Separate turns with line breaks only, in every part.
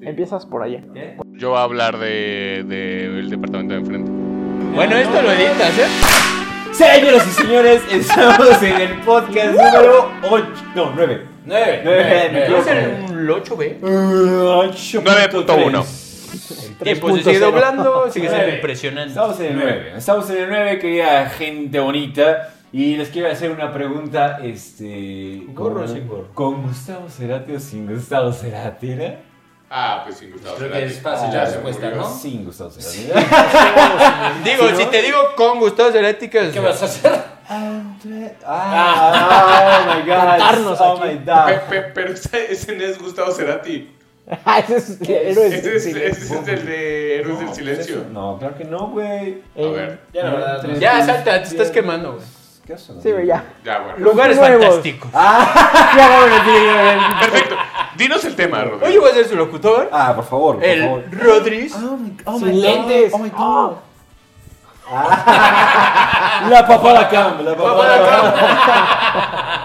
Empiezas por allá.
Yo voy a hablar de, de el departamento de enfrente.
Bueno, esto lo editas, ¿eh? Señoras y señores, estamos en el podcast número 8. No, 9.
9.
Nueve,
¿No es
nueve.
el 8B?
9.1.
Eh, pues se sigue
3.0.
doblando, sigue siendo
Nueve.
impresionante.
Estamos en el 9. Estamos en el 9, querida gente bonita. Y les quiero hacer una pregunta, este...
¿Gorro
con-
o sin gorro?
¿Con Gustavo Cerati o sin Gustavo Cerati, no?
Ah, pues sin Gustavo
Creo que
Cerati.
es fácil
Ah,
la
se
respuesta,
murió.
¿no?
Sin Gustavo Cerati, ¿no?
Digo, si te digo con Gustavo Cerati, que
¿Qué vas a hacer?
Ah, oh my god.
Cantarnos
oh
aquí.
my god.
Pe- pe- pero ese, ese no es Gustavo Cerati.
Ah, ese es el héroe
Ese
del
es,
silencio.
ese es el de Héroes del Silencio.
No, claro que no, güey.
A ver,
Ya, la verdad. no.
Ya, salta, te estás quemando, güey.
¿Qué oso?
Sí, güey, ya.
ya, bueno.
Lo-
Lugares
nuevos.
fantásticos.
Ya vámonos, sí, ya, ya.
Perfecto. Dinos el tema, Rodrigo.
Oye, voy a ser su locutor.
Ah, por favor, por favor.
El Rodríguez.
Oh my, oh
Sin lentes.
Oh my god. La papada cam, la papada cam.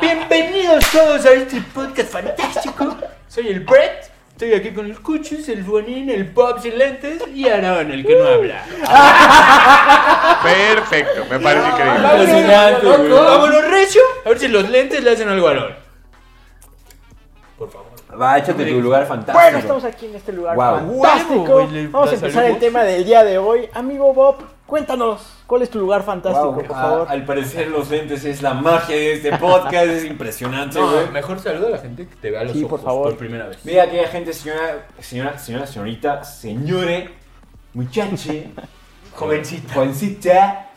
Bienvenidos todos a este podcast fantástico. Soy el Brett. Estoy aquí con el Cuchus, el Juanín, el Bob sin lentes y Aaron, el que no habla.
Perfecto, me parece increíble.
Alucinante, güey.
Vámonos, Recio. A ver si los lentes le hacen algo a Aaron.
Va, échate tu lugar fantástico.
Bueno, estamos aquí en este lugar
Guau.
fantástico.
Huevo, güey, le
Vamos a
das
empezar
algo.
el tema del día de hoy. Amigo Bob, cuéntanos, ¿cuál es tu lugar fantástico,
Wow,
por
ah,
favor?
al parecer los lentes es la magia de este podcast, es impresionante, güey.
mejor saluda a la gente que te vea a los
Sí,
ojos
por favor.
por primera vez.
Mira aquella gente, señora, señora, señora, señorita, señore, muchache,
Jovencito.
Juancita.
Sea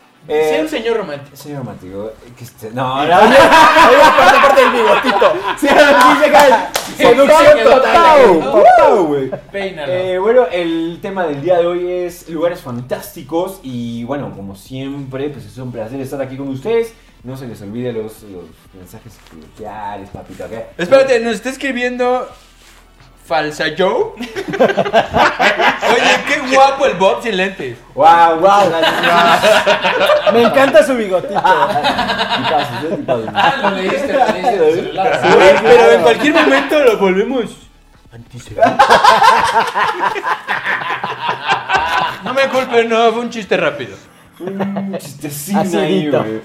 Eh,
un señor romántico.
señor romántico. Que este, no, no, no.
Aparte, aparte del bigotito.
Sí, sí, se cae. Seducción total. Total, güey.
Peínalo.
Eh, bueno, el tema del día de hoy es lugares fantásticos y bueno, como siempre, pues es un placer estar aquí con ustedes. No se les olvide los, los mensajes coloquiales, papito, acá.
Espérate, nos está escribiendo Falsa Joe. Oye, qué guapo el Bob sin lentes.
Wow, wow.
Me encanta su bigotito.
Ah, lo leíste, lo leíste en el celular.
Güey, pero en cualquier momento lo volvemos antiseguro. No me culpen, no, fue un chiste rápido.
Un chistecino ahí,
Acidito.
güey.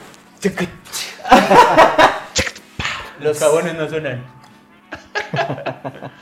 Los jabones no suenan.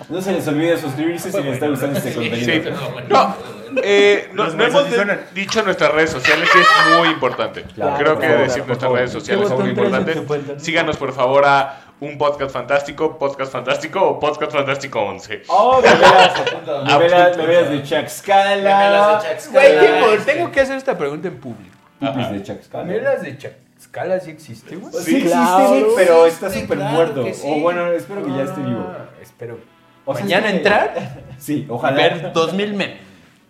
No se les olvide suscribirse si les está gustando este
Sí.
contenido.
No, eh, no,
Los
no hemos de-
mesones.
dicho nuestras redes sociales y es muy importante.
Claro,
Creo
por
que
favor,
decir
por
nuestras
favor.
redes sociales es
botón
muy
traes en
importante.
tu cuenta?
Síganos, por favor, a un podcast fantástico, podcast fantástico o podcast fantástico 11.
Oh, novelas,
Apunta.
novelas, novelas de Chaxcala.
Novelas de Chaxcala.
Güey,
qué por-
este.
tengo que hacer esta pregunta en público.
Pupis de Chaxcala.
¿Novelas de Chacala sí existe, güey?
Sí,
Sí,
existe,
claro.
sí, pero está
Sí,
súper
claro
muerto.
que sí.
O bueno, espero que ya esté vivo.
Ah, Espero.
O sea,
Mañana
es que-
entrar
Sí,
y
ojalá.
ver 2000 memes.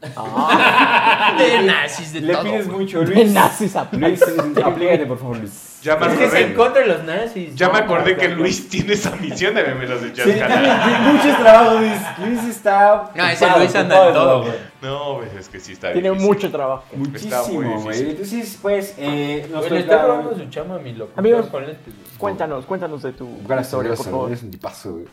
De nazis, de
Ah. Le
todo.
pides
güey.
mucho,
De
Luis.
nazis a
Luis, aplícate, por favor, Luis.
Ya me
Es que se
acordé,
encuentra los nazis.
ya me acordé que
No,
Luis tiene esa misión de memelas de
Sí, tiene
Chascala.
muchos trabajos, Luis. Luis está.
No, ese
ocupado,
Luis anda
ocupado
en
de
todo,
No, pues es que sí está
Tiene
difícil.
mucho trabajo.
Está muy
Muchísimo,
difícil.
güey. Entonces, pues, eh, nos
Güey, le está robando su chama a mi loco.
Amigos,
con lentes, güey.
Cuéntanos, cuéntanos de tu
Gracias,
historia, por
gracias,
favor.
Eres un tipazo, güey.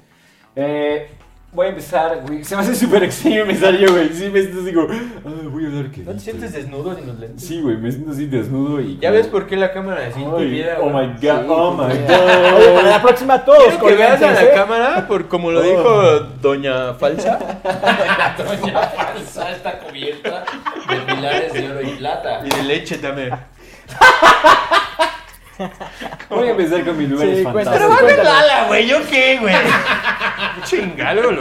Eh, voy a empezar, güey. Se me hace súper extraño empezar yo, güey. Sí, me siento así como. "Ah, voy a hablar que.
¿No te sientes desnudo sin los lentes?
Sí, güey, me siento así desnudo y.
¿Ya ves por qué la cámara así
Ay,
te viera,
Oh
güey?
my god, oh my
Oye, para
god.
la próxima todos
Quiero que veas a
colgantes,
la
¿eh?
cámara por como lo
Oh.
dijo Doña Falsa
La doña falsa está cubierta de pilares de oro y plata.
y de leche también.
Voy a empezar con mis lugares
Sí, cuéntanos,
fantásticos.
cuéntanos.
Lala, güey, ¿yo qué, güey? Chingalo, güey.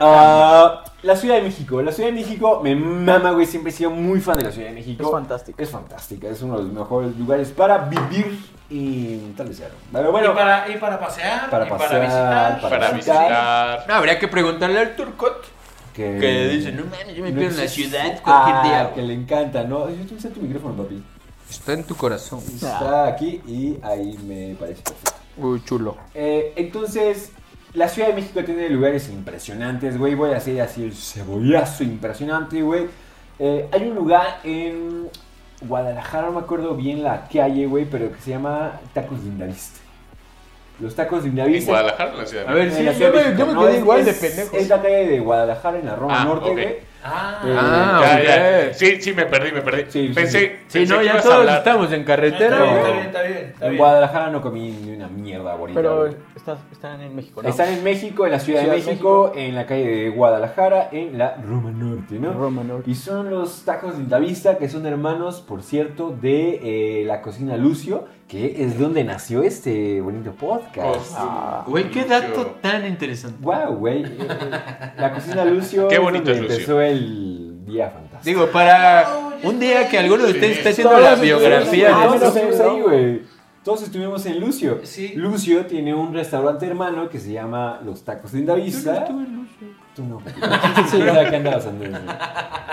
Ah, la Ciudad de México. La Ciudad de México me mama, güey. Siempre he sido muy fan de la Ciudad de México.
Es fantástica.
Es fantástica. Es uno de los mejores lugares para vivir y tal vez ya no. Pero bueno,
y, para, y para pasear,
para
y para
pasear,
visitar.
Para visitar.
No, habría que preguntarle al Turcot
Que,
que dice, no mames, yo me
Eh, no
pierdo en la
existe".
ciudad cualquier
Ah,
día.
que
güey".
le encanta, ¿no? Yo te usé tu micrófono, papi.
Ah. Está en tu corazón.
Está aquí y ahí me parece perfecto.
Uy, chulo.
Eh, entonces, la Ciudad de México tiene lugares impresionantes, güey. Voy a hacer así el cebollazo impresionante, güey. Eh, hay un lugar en Guadalajara, no me acuerdo bien la calle, güey, pero que se llama Tacos Lindavista. Los tacos de
En
Indavista.
Guadalajara, en la ciudad. de
A ver,
En
sí,
la
yo
Ciudad de
me,
México,
yo me
¿no?
quedé
Es-
igual de
es-
pendejos.
Es la calle de Guadalajara en la Roma
Ah,
Norte,
ok.
güey.
Ah,
Eh,
Ah,
Ya,
ok.
ya. Sí, sí, me perdí, me perdí.
Sí, sí, sí.
pensé,
Sí,
pensé
no,
que
ya
ibas a
todos
hablar.
estamos en
está
carretera.
pero-
bien, está
güey.
bien, está bien. Está
En
bien.
Guadalajara no comí ni una mierda, güey.
Pero estás- están en México, ¿no?
Están en México, en la Ciudad, de México, en la calle de Guadalajara, en la Roma Norte, ¿no?
Roma Norte.
Y son los tacos de Indavista, que son hermanos, por cierto, de eh, la cocina Lucio, que es donde nació este bonito
Oh.
podcast.
Ah.
Güey, qué dato tan interesante.
Wow, güey. Eh, La cocina Lucio
Qué
es
bonito
donde
es Lucio.
empezó el día fantástico.
Digo, para un día que alguno de ustedes está haciendo la
Todos
biografía
Ah,
Todos
bueno,
de...
estuvimos
sí,
ahí,
¿no?
güey. Todos estuvimos en Lucio.
Sí.
Lucio tiene un restaurante hermano que se llama Los Tacos de Indavista. Tú no. Sí, verdad que andabas, Andrés.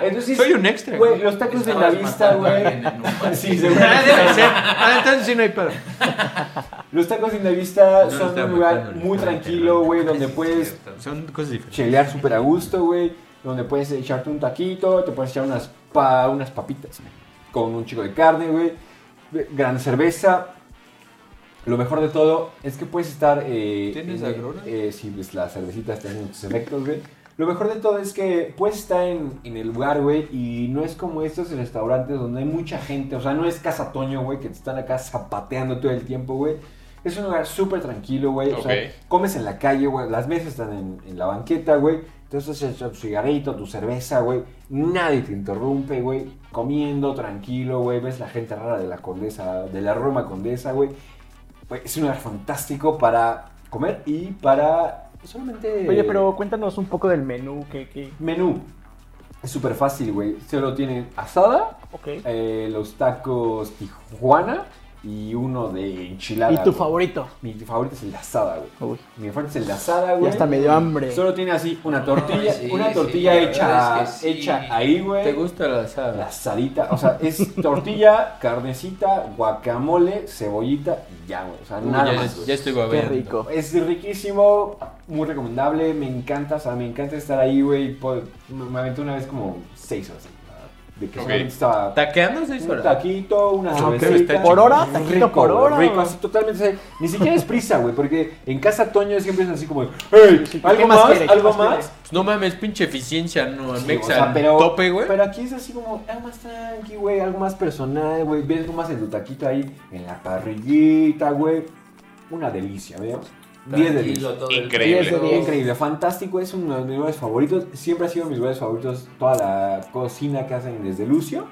Entonces,
Soy un extra.
Güey, los tacos de
Estabas
Indavista,
matando a
güey.
alguien en un bar.
Sí,
Ah,
seguramente.
debe ser. Ah, entonces sí no hay pedo.
Los tacos de Indavista
No, no
son
estaba
un lugar
matando,
muy
estaba
tranquilo, güey,
enterrando.
donde
Sí,
puedes
cierto.
Son cosas diferentes.
chelear súper a gusto, güey. Donde puedes echarte un taquito, te puedes echar unas, pa- unas papitas güey, con un chico de carne, güey. Gran cerveza. Lo mejor de todo es que puedes estar. eh,
¿Tienes
en-
agrona?
eh, Sí, pues, las cervecitas tienen sus efectos, güey. Lo mejor de todo es que puedes estar en, en el lugar, güey, y no es como estos restaurantes donde hay mucha gente. O sea, no es Casa Toño, güey, que te están acá zapateando todo el tiempo, güey. Es un lugar súper tranquilo, güey. O sea,
Ok.
comes en la calle, güey. Las mesas están en, en la banqueta, güey. Entonces te echas tu cigarrito, tu cerveza, güey. Nadie te interrumpe, güey. Comiendo tranquilo, güey. Ves la gente rara de la condesa, de la Roma condesa, güey. Güey, Es un lugar fantástico para comer y para solamente...
Oye, pero cuéntanos un poco del menú, que, que,
Menú. Es súper fácil, güey. Solo tienen asada,
ok.
eh, los tacos Tijuana y uno de enchilada.
¿Y tu
güey.
favorito?
Mi favorito es el de asada, güey.
Uy,
Mi favorito es el de asada,
ya
güey.
hasta me dio hambre.
Solo tiene así una tortilla,
Sí,
una
sí,
tortilla
la
hecha,
verdad es que sí.
hecha ahí,
¿Te
güey.
gusta la
La
asada?
asadita, o sea, es tortilla, carnecita, guacamole, cebollita y ya, güey. O sea,
Uy,
nada
ya,
más, güey.
ya estoy
Qué
babeando.
rico.
Es riquísimo, muy recomendable, me encanta, o sea, me encanta estar ahí, güey. po- Me me aventé una vez como seis horas. De que
Ok.
solamente estaba
¿Taqueando seis
un
horas?
taquito, una
Ah, ok.
cervecita.
Está Por chido.
hora, taquito por
güey,
hora.
Rico, así totalmente. Ni siquiera es prisa, güey, porque en casa Toño siempre es así como, hey,
Sí, ¿qué
algo
más
más,
quiere? ¿Qué
algo
más quiere?"
más.
Pues, No mames, pinche eficiencia, no,
Sí,
mexa,
o sea,
tope, güey.
Pero aquí es así como algo más tranqui, güey, algo más personal, güey. Ves algo más en tu taquito ahí, en la parrillita, güey. Una delicia, ¿veos? 10 de 10.
Tranquilo todo el
Increíble.
tiempo.
Diez de diez.
Increíble, fantástico, es uno de mis lugares favoritos. Siempre ha sido mis lugares favoritos toda la cocina que hacen desde Lucio,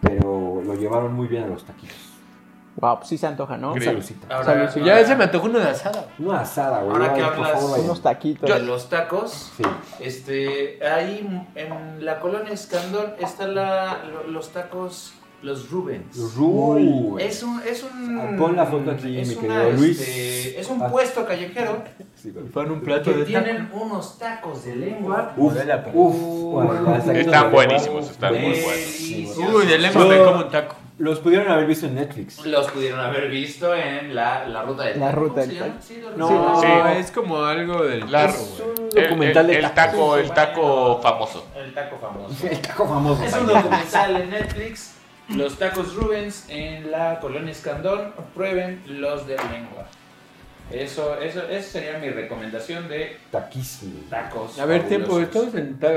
pero lo llevaron muy bien a los taquitos.
Wow, pues sí se antoja, ¿no?
Increíble.
Salucita.
Ahora-
Salud, sí.
ahora-
Ya se me antojó uno de asada.
Una asada, güey.
Ahora
Ay,
que
por
hablas-
favor, vayan.
Unos taquitos.
De los tacos,
Sí.
este, ahí en la colonia Escandón están la, lo- los tacos, los Rubens.
Uy.
Es un, es un.
Ah, Pon la foto aquí,
es
mi
una,
querido Luis.
este, es un
Ah.
puesto callejero
Sí, güey.
Fue un
que
plato de
tienen unos tacos de lengua.
Uf,
Modela, pero-
uf, güey, los taquitos
Están
de
buenísimos,
lengua,
están muy buenos.
Deliciosos.
taco. Uy, de lengua
Yo-
me como un taco.
Los pudieron haber visto en Netflix.
Los pudieron haber visto en la, la ruta del
La
taco,
ruta
¿cómo
del
se llama?
taco.
Sí, la ruta
No,
del taco.
Sí.
es como algo del
Claro,
carro,
Es
güey.
un
El,
documental
el-
de
el taco, el
Bueno.
taco famoso.
El taco famoso.
El taco famoso.
Es un
vaya.
documental en Netflix. Los tacos Rubens en la colonia Escandón. Prueben los de lengua. Eso, eso, esa sería mi recomendación de
Taquísimo.
tacos.
A ver, tiempo,
fabulosos.
estamos en ta-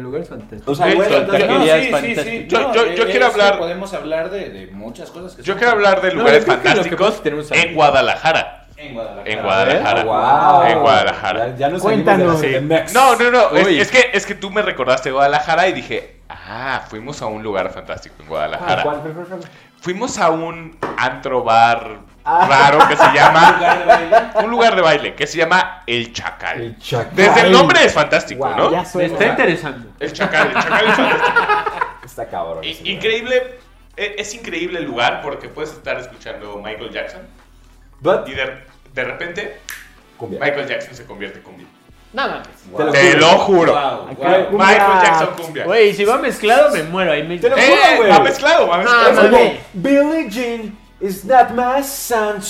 lugares fantásticos.
O sea,
Esto,
güey,
taquerías
entonces-
No, sí, sí,
fantásticas.
sí.
Yo-
No,
yo-
eh,
yo quiero
es que
hablar-
Podemos hablar de, de muchas cosas que
Yo
son-
quiero hablar de
No,
lugares
yo creo que lo que pasa es
fantásticos
que tenemos
en
hambre.
Guadalajara.
en Guadalajara.
En Guadalajara.
Oh,
Wow.
En Guadalajara.
Ya, ya nos
Cuéntanos.
salimos de
Sí.
la- de Mex.
No, no, no. Es,
Uy.
es que, es que tú me recordaste Guadalajara y dije, ah, fuimos a un lugar fantástico en
Ah,
Guadalajara.
¿cuál? Pero, pero, pero.
Fuimos a un antro bar
Ah.
raro que se llama.
Lugar de baile.
un lugar de baile que se llama El Chacal.
El Chacal.
Desde el nombre es fantástico,
Wow,
¿no?
Ya suena.
Está interesante.
El Chacal, el Chacal es fantástico.
Está cabrón.
I-
ese lugar.
Increíble. e- Es increíble el lugar porque puedes estar escuchando Michael Jackson
But-
y de, de repente
Cumbia.
Michael Jackson se convierte en cumbia.
Nada
Te lo
Te
juro.
lo juro.
Guau,
Acá-
guau.
Cumbia.
Michael Jackson cumbia.
Güey, si va mezclado me muero ahí mismo.
Te lo-
¡Eh!
güey. Ah,
Va mezclado, va
No,
Es
mezclado.
como,
mames.
Billie Jean is not my son.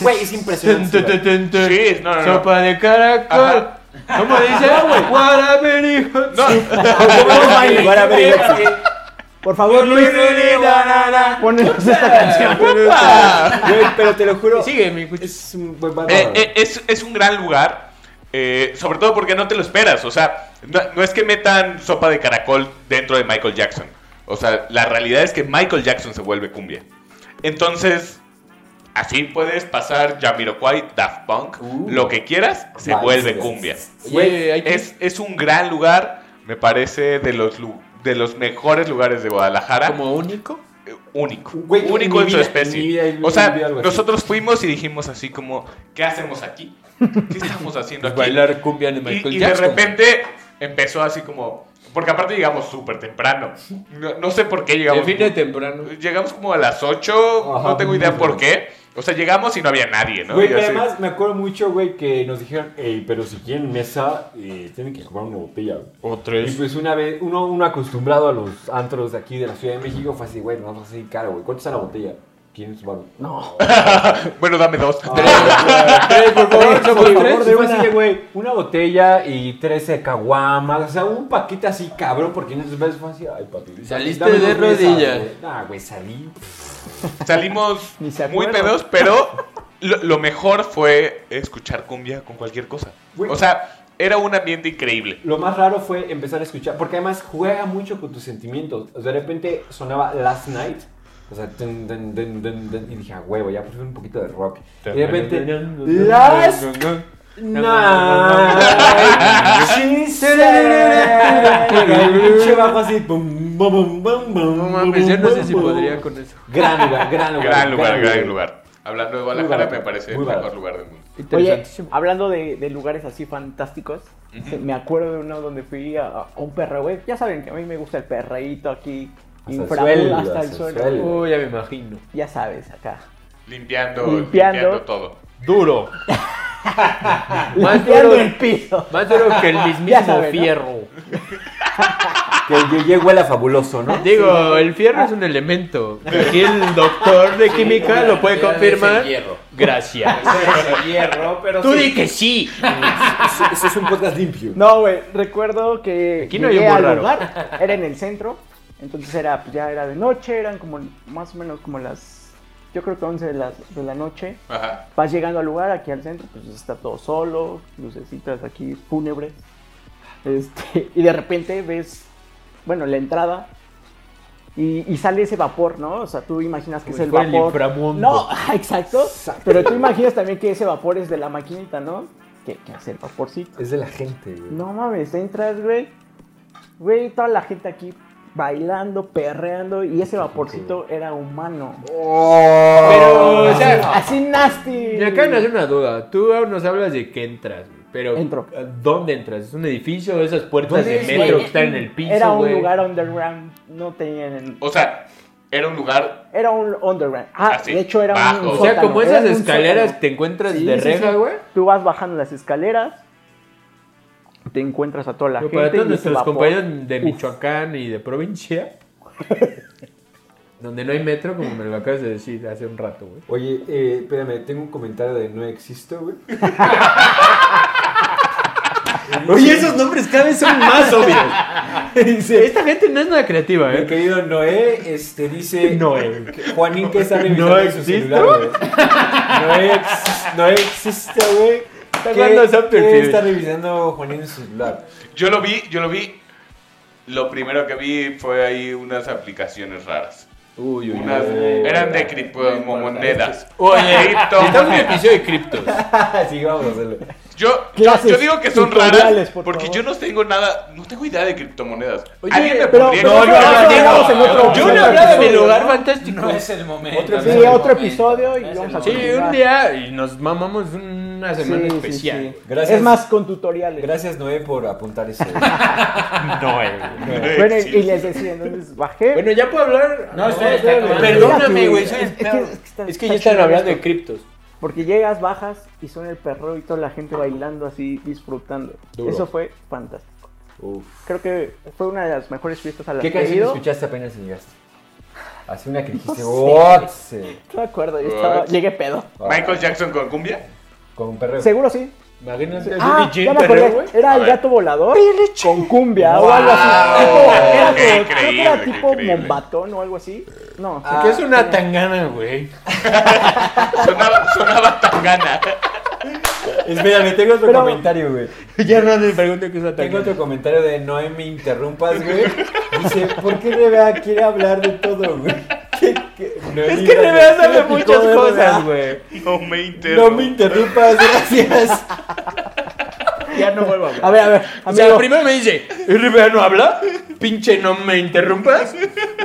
Güey, es
Tun,
impresionante.
tun,
güey.
tun, tun, tun.
Sí, no, no, no.
Sopa de caracol.
Ajá.
¿Cómo dice? Guaraberi.
No,
Como un baile, para ver.
Es que
Por favor, Luis, ponenos esta canción. Güey, pero te lo juro.
Sigue, mi cuchillo.
Es un buen banda.
Eh, eh, es, es un gran lugar, eh, sobre todo porque no te lo esperas. O sea, no, no es que metan sopa de caracol dentro de Michael Jackson. O sea, la realidad es que Michael Jackson se vuelve cumbia. Entonces, así puedes pasar Jamiroquai, Daft Punk,
Uh.
lo que quieras, se
Vale,
vuelve
sí.
cumbia.
Güey, hay que-
Es, es un gran lugar, me parece, de los, lu- de los mejores lugares de Guadalajara.
como único.
Eh, único.
Güey,
único
en
en
mi
su
vida,
especie.
en mi vida he
o sea,
vivido algo así.
nosotros fuimos y dijimos así como, ¿qué hacemos aquí? ¿Qué estamos haciendo aquí?
Bailar cumbia de
Y,
Michael
y de
Jackson.
repente empezó así como, porque aparte llegamos súper temprano. No, no sé por qué llegamos.
Define temprano.
Llegamos como a las 8,
Ajá,
no tengo
muy
idea
temprano.
por qué. O sea, llegamos y no había nadie, ¿no?
Güey,
Y
pero
así-
además me acuerdo mucho, güey, que nos dijeron, Ey, pero si quieren mesa, eh, tienen que comprar una botella, güey.
O
Y pues una vez, uno, uno acostumbrado a los antros de aquí de la Ciudad de México fue así, güey, nos vamos a hacer caro, güey. ¿Cuánto está la botella? 500 baros. No.
Bueno, dame dos.
Ah.
Ah, Tres, por favor, somos
Por
tres.
favor, de una. güey, una botella y 13 caguamas, o sea, un paquete así cabrón por 500 pesos fue así, ay, papi.
Saliste
dame dos
de
mesas,
rodillas.
güey. Nah, güey, salí.
Salimos
Ni se
muy
acuerda.
pedos, pero lo, lo mejor fue escuchar cumbia con cualquier cosa.
Güey.
O sea, era un ambiente increíble.
Lo más raro fue empezar a escuchar, porque además juega mucho con tus sentimientos. O sea, de repente sonaba Last Night. O sea, dun, dun, dun, dun, dun, y dije, "A huevo, ya por fin un poquito de rock. Y de repente, Last Night. She said. Y el pinche bajo así. bum, bum, bum, bum, bum,
No mames, yo no sé
bum,
si
bum.
podría con eso.
Gran lugar, gran lugar.
Gran lugar, gran lugar. Hablando de Guadalajara,
barato,
me parece el
muy
mejor
barato.
lugar del mundo.
Oye,
Interesantísimo.
hablando de, de lugares así fantásticos, se- me acuerdo de uno donde fui a, a un perro, güey. Ya saben que a mí me gusta el perreíto aquí,
el
inframundo,
suelo,
hasta el
hasta el
suelo.
suelo.
Oh, ya me imagino.
Ya sabes, acá.
Limpiando,
Limpiando.
limpiando, todo.
Duro. más
Limpiando
duro.
el piso.
Más duro que el
Ya
mismísimo
sabe, ¿no?
fierro.
Que el Yeye huela fabuloso, ¿no?
Digo, el fierro es un elemento. Aquí el doctor de química lo puede confirmar.
Hierro.
Gracias.
hierro, pero
Tú
sí.
di que sí.
Eso- Eso es un podcast limpio.
No, güey, recuerdo que
Aquí no hay
llegué
humor
al
raro.
lugar, era en el centro, entonces era, pues, ya era de noche, eran como más o menos como las, yo creo que 11 de la, de la noche.
Ajá.
Vas llegando al lugar, aquí al centro, pues está todo solo, lucecitas aquí fúnebres. Este, y de repente ves, bueno, la entrada y, y sale ese vapor, ¿no? O sea, tú imaginas que
Como
es el
si fuera el
vapor.
inframundo.
No, exacto. Pero tú imaginas también que ese vapor es de la maquinita, ¿no? Que, que hace el vaporcito.
Es de la gente, güey.
No mames, entras, güey. Güey, toda la gente aquí bailando, perreando y ese vaporcito era humano.
Pero, o sea,
Así nasty.
me Oh, acá nace una duda. Tú aún nos hablas de que entras, güey, pero
Entro.
¿a ¿dónde entras? ¿Es un edificio? ¿Esas puertas
¿Dónde
de
es,
metro
güey?
que están en el piso?
Era un
güey?
lugar underground, no tenían.
O sea, era un lugar.
Era un underground. Ah,
Ah, sí,
de hecho era un.
bajo.
O sea,
sótano,
como
era
esas
un
escaleras que
sótano.
te encuentras
Sí,
de
sí,
reja,
sí.
güey.
Tú vas bajando las escaleras, te encuentras a toda la
Pero
gente.
Para
y
todos
ese
nuestros
vapor.
compañeros de Michoacán y de provincia, donde no hay metro, como me lo acabas de decir hace un rato, güey.
Oye, eh, espérame, tengo un comentario de no existo, güey.
Oye, esos nombres cada vez son más obvios. Dice, Esta gente no es nada creativa,
Mi
¿eh?
querido Noé, este, dice...
Noé.
que Juanín que está revisando
¿No
en su
existo?
celular, güey. Noé, ex- Noé existe, güey. ¿Qué,
jugando Zapper,
qué
tío.
está revisando Juanín en su celular?
Yo lo vi, yo lo vi. Lo primero que vi fue ahí unas aplicaciones raras.
Uy, uy,
Unas,
uy.
eran de criptomonedas. Criptomonedas.
Estamos en un episodio de criptos.
sí, vamos a hacerlo.
Yo, yo,
Clases
yo digo que son
tutoriales,
raras
por
porque
favor.
yo no tengo nada, no tengo idea de criptomonedas.
Oye,
¿Alguien me
pero-
podría
pero
explicar?
eso lo hablamos
No, yo no
en
tengo.
otro-
Yo
Yo
no
no
he
hablaba
hablado
de mi lugar
No
fantástico.
es el momento.
Otro
no
sí,
es el
otro
momento,
episodio y
no es
vamos
el
a
Sí,
momento.
un día y nos mamamos una semana
Sí, sí,
especial.
sí.
Gracias.
Es más, con tutoriales.
Gracias, Noé, por apuntar eso. güey.
No, eh, güey.
Bueno, y- y les decía, entonces bajé.
Bueno, ya puedo hablar.
No, espera, está acabando.
Perdóname, güey.
Es-
¿sabes?
es que- es que está-
Es
está
que ya están
chido
hablando de
esto.
criptos.
Porque llegas, bajas y suena el perro y toda la gente bailando así, disfrutando.
Duro.
Eso fue fantástico.
Uf.
Creo que fue una de las mejores fiestas a las
¿Qué
que he
canción
ido.
escuchaste apenas llegaste? Hace una que dijiste,
sé.
"Otse",
No me acuerdo, yo estaba-
What?
llegué pedo.
Michael Jackson con cumbia.
Ah, Con un perreo.
Seguro sí.
Imagínate.
Ah,
Billie
ya
Jean
me acordé,
Perreo, güey.
Era
A
el
ver.
gato volador con cumbia o algo así. Tipo-
Wow.
era como- creo
Qué
que era tipo
increíble, qué increíble.
bombatón o algo así. No.
Ah,
Que es una tangana, güey.
Sonaba, sonaba tan gana.
Espérame, tengo otro
Pero-
comentario, güey.
Ya no me pregunta qué es una
Tengo
tangana.
otro comentario de no me interrumpas, güey. Dice, ¿por qué Reba quiere hablar de todo, güey? ¿Qué- qué?
Es
Noemí
que
Reba
me hace
platicó
muchas
de
cosas,
Reba.
güey.
No me interesa.
No me interrumpas, gracias.
Ya no vuelvo a hablar.
A ver, a ver.
O sea,
amigo.
primero me dice, ¿el Rivera no habla? Pinche, no me interrumpas.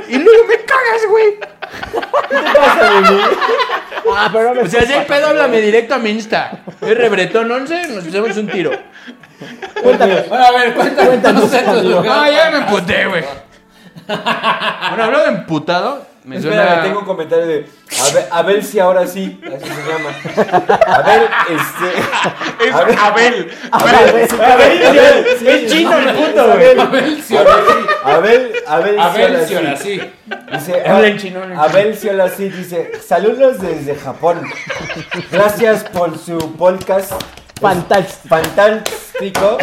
Y luego me cagas, güey.
Ah, pero no me
O sea, si hay
culpa.
pedo, háblame directo a mi Insta. R Bretón 11, nos echamos un tiro.
Cuéntame.
Bueno, a ver, cuéntanos. entonces,
amigo.
los
No,
gatos.
ya me emputé, güey. Bueno, hablo de emputado. Me suena...
Espérame, tengo un comentario de a ver, a ver si ahora sí, así se llama. A ver, este.
Es
A ver.
Abel.
A ver, sí,
Es chino el puto,
a
güey.
ver, A ver, a ver,
A ver,
si ahora sí.
sí.
Dice,
Habla en chino, habla en
Abel Ciola sí dice, saludos desde Japón. Gracias por su podcast
Fantástico.
fantástico.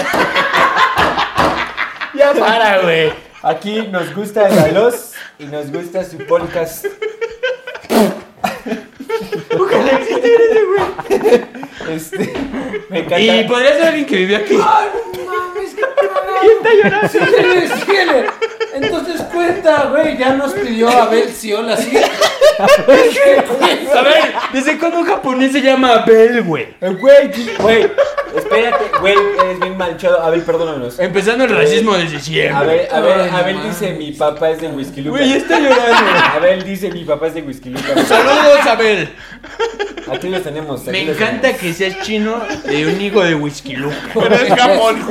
Ya para, güey.
Aquí nos gusta la luz y nos gusta su podcast.
Ojalá existiera ese, güey.
Este, me
Y pues-
encanta.
podría ser alguien que vivió aquí.
Mames, qué cagado. Sí, síguele, síguele. Entonces cuenta, güey. Ya nos pidió a ver si hola, sí.
A ver, ¿desde cuándo un japonés se llama Abel, güey?
Eh, Güey, güey, espérate, güey, eres bien manchado. Abel, perdónanos.
Empezando el racismo desde siempre.
A ver, a
Ay,
ver, Abel
mames.
dice mi papá es de Whisky Luca.
Güey, este está llorando.
Abel dice mi papá es de Whisky Luca.
Saludos, Abel.
Aquí los tenemos. aquí
Me
los
encanta que seas chino de un hijo de whisky luca.
Pero es jamón.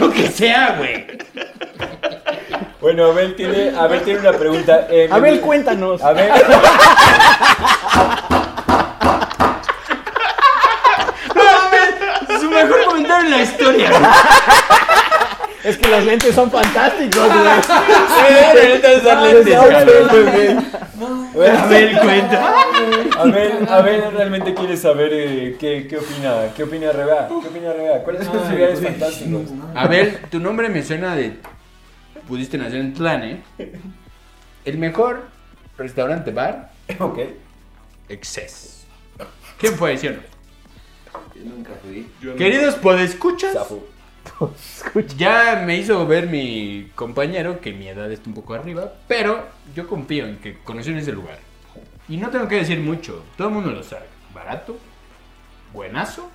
Lo que sea, güey.
tenemos. Bueno, Abel tiene, Abel tiene una pregunta. eh, me-
Abel, cuéntanos.
Abel,
Su mejor comentario en la historia. güey.
Es que los lentes son fantásticos, güey.
ahora
Abel,
Abel, güey. Bueno, Abel,
cuenta.
Abel, Abel realmente quiere saber eh, qué, qué opina, qué opina Reba, qué opina Reba, cuáles son sus ideas fantásticos.
Abel, tu nombre me suena de. Pudiste nacer en Tlán, ¿eh? El mejor restaurante bar,
Ok.
Excess. ¿Quién fue, sí o no?
Yo nunca fui.
Queridos podescuchas,
Zafo.
ya me hizo ver mi compañero que mi edad está un poco arriba, pero yo confío en que conocí ese lugar. Y no tengo que decir mucho, todo el mundo lo sabe. Barato, buenazo.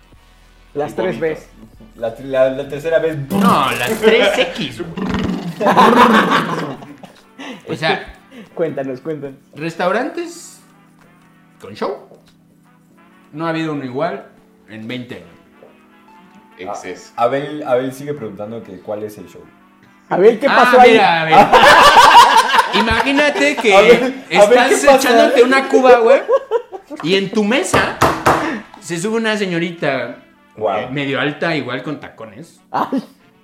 Las tres veces.
La, tri- la- la tercera vez.
No, las 3X. o sea,
Cuéntanos, cuéntanos.
restaurantes con show. No ha habido uno igual en 20 años.
Exceso.
Ah, Abel, Abel sigue preguntando que cuál es el show.
Abel, ¿qué
Ah,
pasó ahí?
mira, a ver. Imagínate que
A ver, a ver, ¿qué
estás
pasa?
echándote una cuba, güey, y en tu mesa se sube una señorita
Guau.
eh, medio alta, igual con tacones.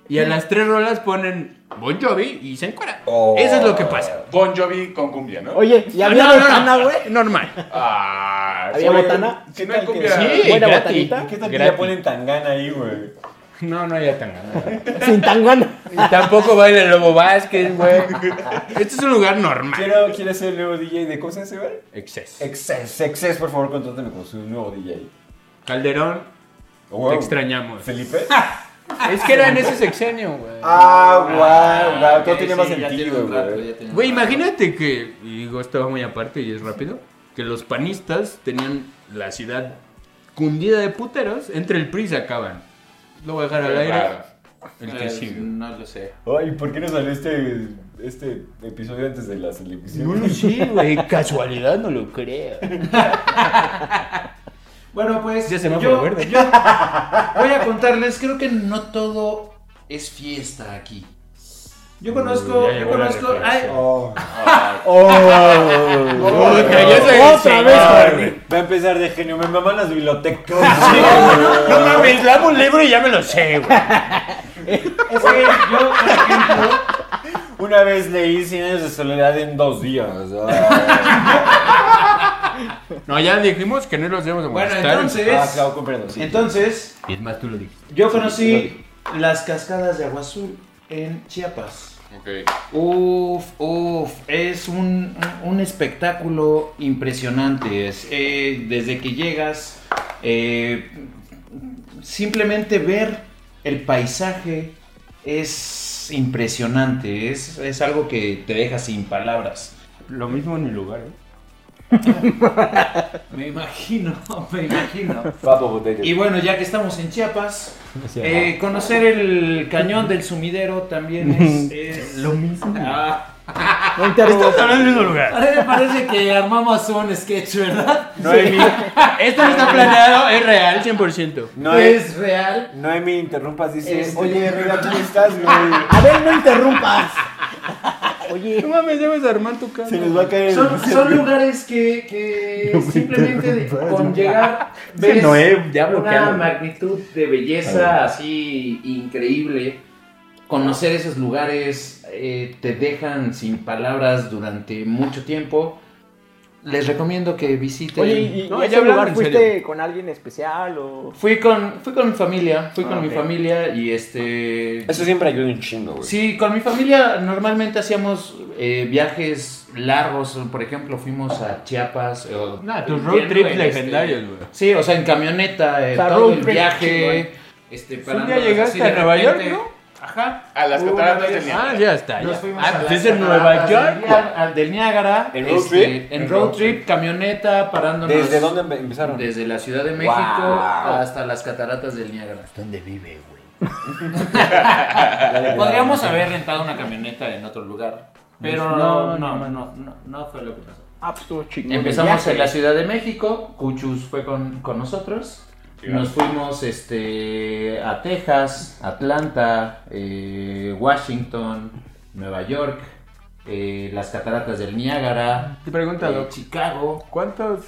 Y a las tres rolas ponen Bon Jovi y se encuera.
Oh.
Eso es lo que pasa.
Bon Jovi con cumbia, ¿no?
Oye, ¿y
Ah,
había
no, no, no.
botana, güey?
Normal.
Ah,
¿Había
sí.
botana?
Si no hay
¿Qué tal
cumbia.
que-
Sí,
Buena
gratis.
botanita.
¿Qué tal que
Gratis.
le ponen tangana ahí, güey?
No, no hay tan ganas.
Sin tangana.
Y Tampoco baila el Lobo Vázquez, güey. Este es un lugar normal.
Quiero, quiero ser el nuevo DJ de cosas, se llama?
Exceso.
Excess, Excess, por favor, contrátame como su nuevo DJ.
Calderón,
Wow.
te extrañamos.
¿Felipe?
Es que era en ese sexenio, güey.
Ah, guau, guau, todo
Ok,
tiene más
eh, sí, ya tiene
sentido,
un rato, ya
güey.
tiene un
Güey,
rato.
imagínate que, y digo, esto va muy aparte y es rápido, que los panistas tenían la ciudad cundida de puteros, entre el PRI se acaban. Lo voy a dejar al
Qué
aire.
raro.
El que
Eh,
sigue.
No lo sé.
Ay, ¿por qué no salió este, este episodio antes de las
No
elecciones?
lo sé, güey, casualidad no lo creo.
Bueno, pues.
Ya se me
yo-
fue verde.
yo Voy a contarles, creo que no todo es fiesta aquí. Yo conozco,
ya
yo
llegó la
conozco. ay,
reflexión.
Oh.
Puta, ya soy
Otra
el
vez,
señor,
güey.
güey.
Va a empezar de genio, me maman las bibliotecas.
No mames, lavo un libro y ya me lo sé, güey.
es que yo, por ejemplo,
Una Ah, vez leí Cien años de soledad en dos días.
No, ya dijimos que no los debemos de
Bueno,
molestar.
entonces,
Ah, claro, comprendo. sí.
entonces
Y es más, tú lo dijiste.
yo conocí las cascadas de agua azul en Chiapas.
Ok.
Uf, uf, es un, un espectáculo impresionante. Es, eh, desde que llegas, eh, simplemente ver el paisaje es impresionante. Es, es algo que te deja sin palabras.
Lo mismo en mi lugar, ¿eh?
Me imagino, me imagino.
Papo Botella.
Y bueno, ya que estamos en Chiapas, eh, conocer el cañón del sumidero también es, es-
Lo mismo.
Ah.
No interrumpas.
del mismo lugar.
Ahora me parece que armamos un sketch, ¿verdad?
No hay mi-
Esto no está planeado, es real, 100%.
no hay-
Es real.
no hay mi interrumpas, dice.
Este-
Oye, Riga, ¿cómo estás, güey?
A ver, no interrumpas. Oye,
No mames, debes armar tu casa.
Se nos va a caer el.
Son, son lugares que, que simplemente de- con llegar ves
eh, ya
una magnitud de
Ah.
belleza así increíble. Conocer esos lugares eh, te dejan sin palabras durante mucho tiempo. Les recomiendo que visiten.
oye, ¿y,
No,
no,
ya
ese
hablando
lugar
en
fuiste
serio.
con alguien especial o...?
Fui con fui con mi familia, fui con
Ah,
mi
ok.
familia y este
Eso siempre ayuda un chingo, güey.
Sí, con mi familia normalmente hacíamos eh, viajes largos, por ejemplo, fuimos a Chiapas. o-
Nah, tus Ah, road
entiendo,
trips
en este-
legendarios, güey.
Sí, o sea, en camioneta, eh,
O sea,
todo
road
el
trip
viaje. Este,
Un
parándonos
día
así
llegaste
de
a Nueva York,
repente.
¿no? Ajá.
A las cataratas del Niágara.
Ah, ya está.
Nos
Ya.
fuimos a
Ah, pues
las
es en Nueva
cataratas del
York.
Niá- al- Del Niágara.
¿En road
este,
trip?
En road trip, camioneta, parándonos.
¿Desde dónde empe- empezaron?
Desde la Ciudad de México
Wow.
hasta las cataratas del Niágara.
¿Dónde vive, güey?
Podríamos haber rentado una camioneta en otro lugar. Pero no, no, no, no, no fue lo que pasó.
Ah, pues estuvo chingón.
Empezamos en la
las
Ciudad de México, Cuchus fue con, con nosotros. Nos fuimos este, a Texas, Atlanta, eh, Washington, Nueva York, eh, las cataratas del Niágara,
Te pregunta,
eh,
Doc,
Chicago,
¿cuántos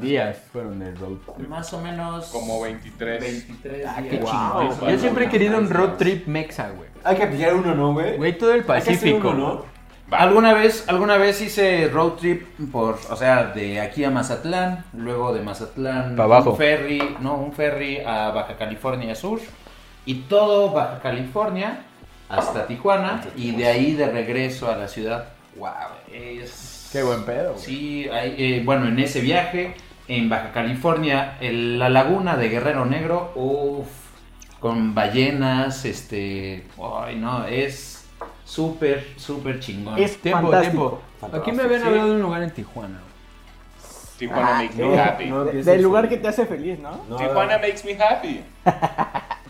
días fueron el road trip?
más o menos
Como 23.
23
Ah, qué
días.
chingón.
Wow.
Yo siempre he querido un road trip mexa, güey.
Hay que pillar uno, ¿no, güey?
Güey, todo el
Hay que hacer
Pacífico.
uno, ¿no?
Va.
Alguna vez, alguna vez hice road trip por, o sea, de aquí a Mazatlán, luego de Mazatlán
Pa' abajo.
un ferry, no, un ferry a Baja California Sur y todo Baja California hasta Tijuana y de ahí de regreso a la ciudad. Wow, es
Qué buen pedo, güey.
Sí, hay- eh, bueno, en ese viaje en Baja California, en la laguna de Guerrero Negro, uff, con ballenas, este, ay no, es súper, súper chingón.
Es
Tiempo,
fantástico.
tiempo. Aquí me habían hablado de un lugar en Tijuana, güey.
Tijuana makes me
no. este.
happy.
De-
empieces,
del lugar
güey.
que te hace feliz, ¿no?
No,
Tijuana makes me happy.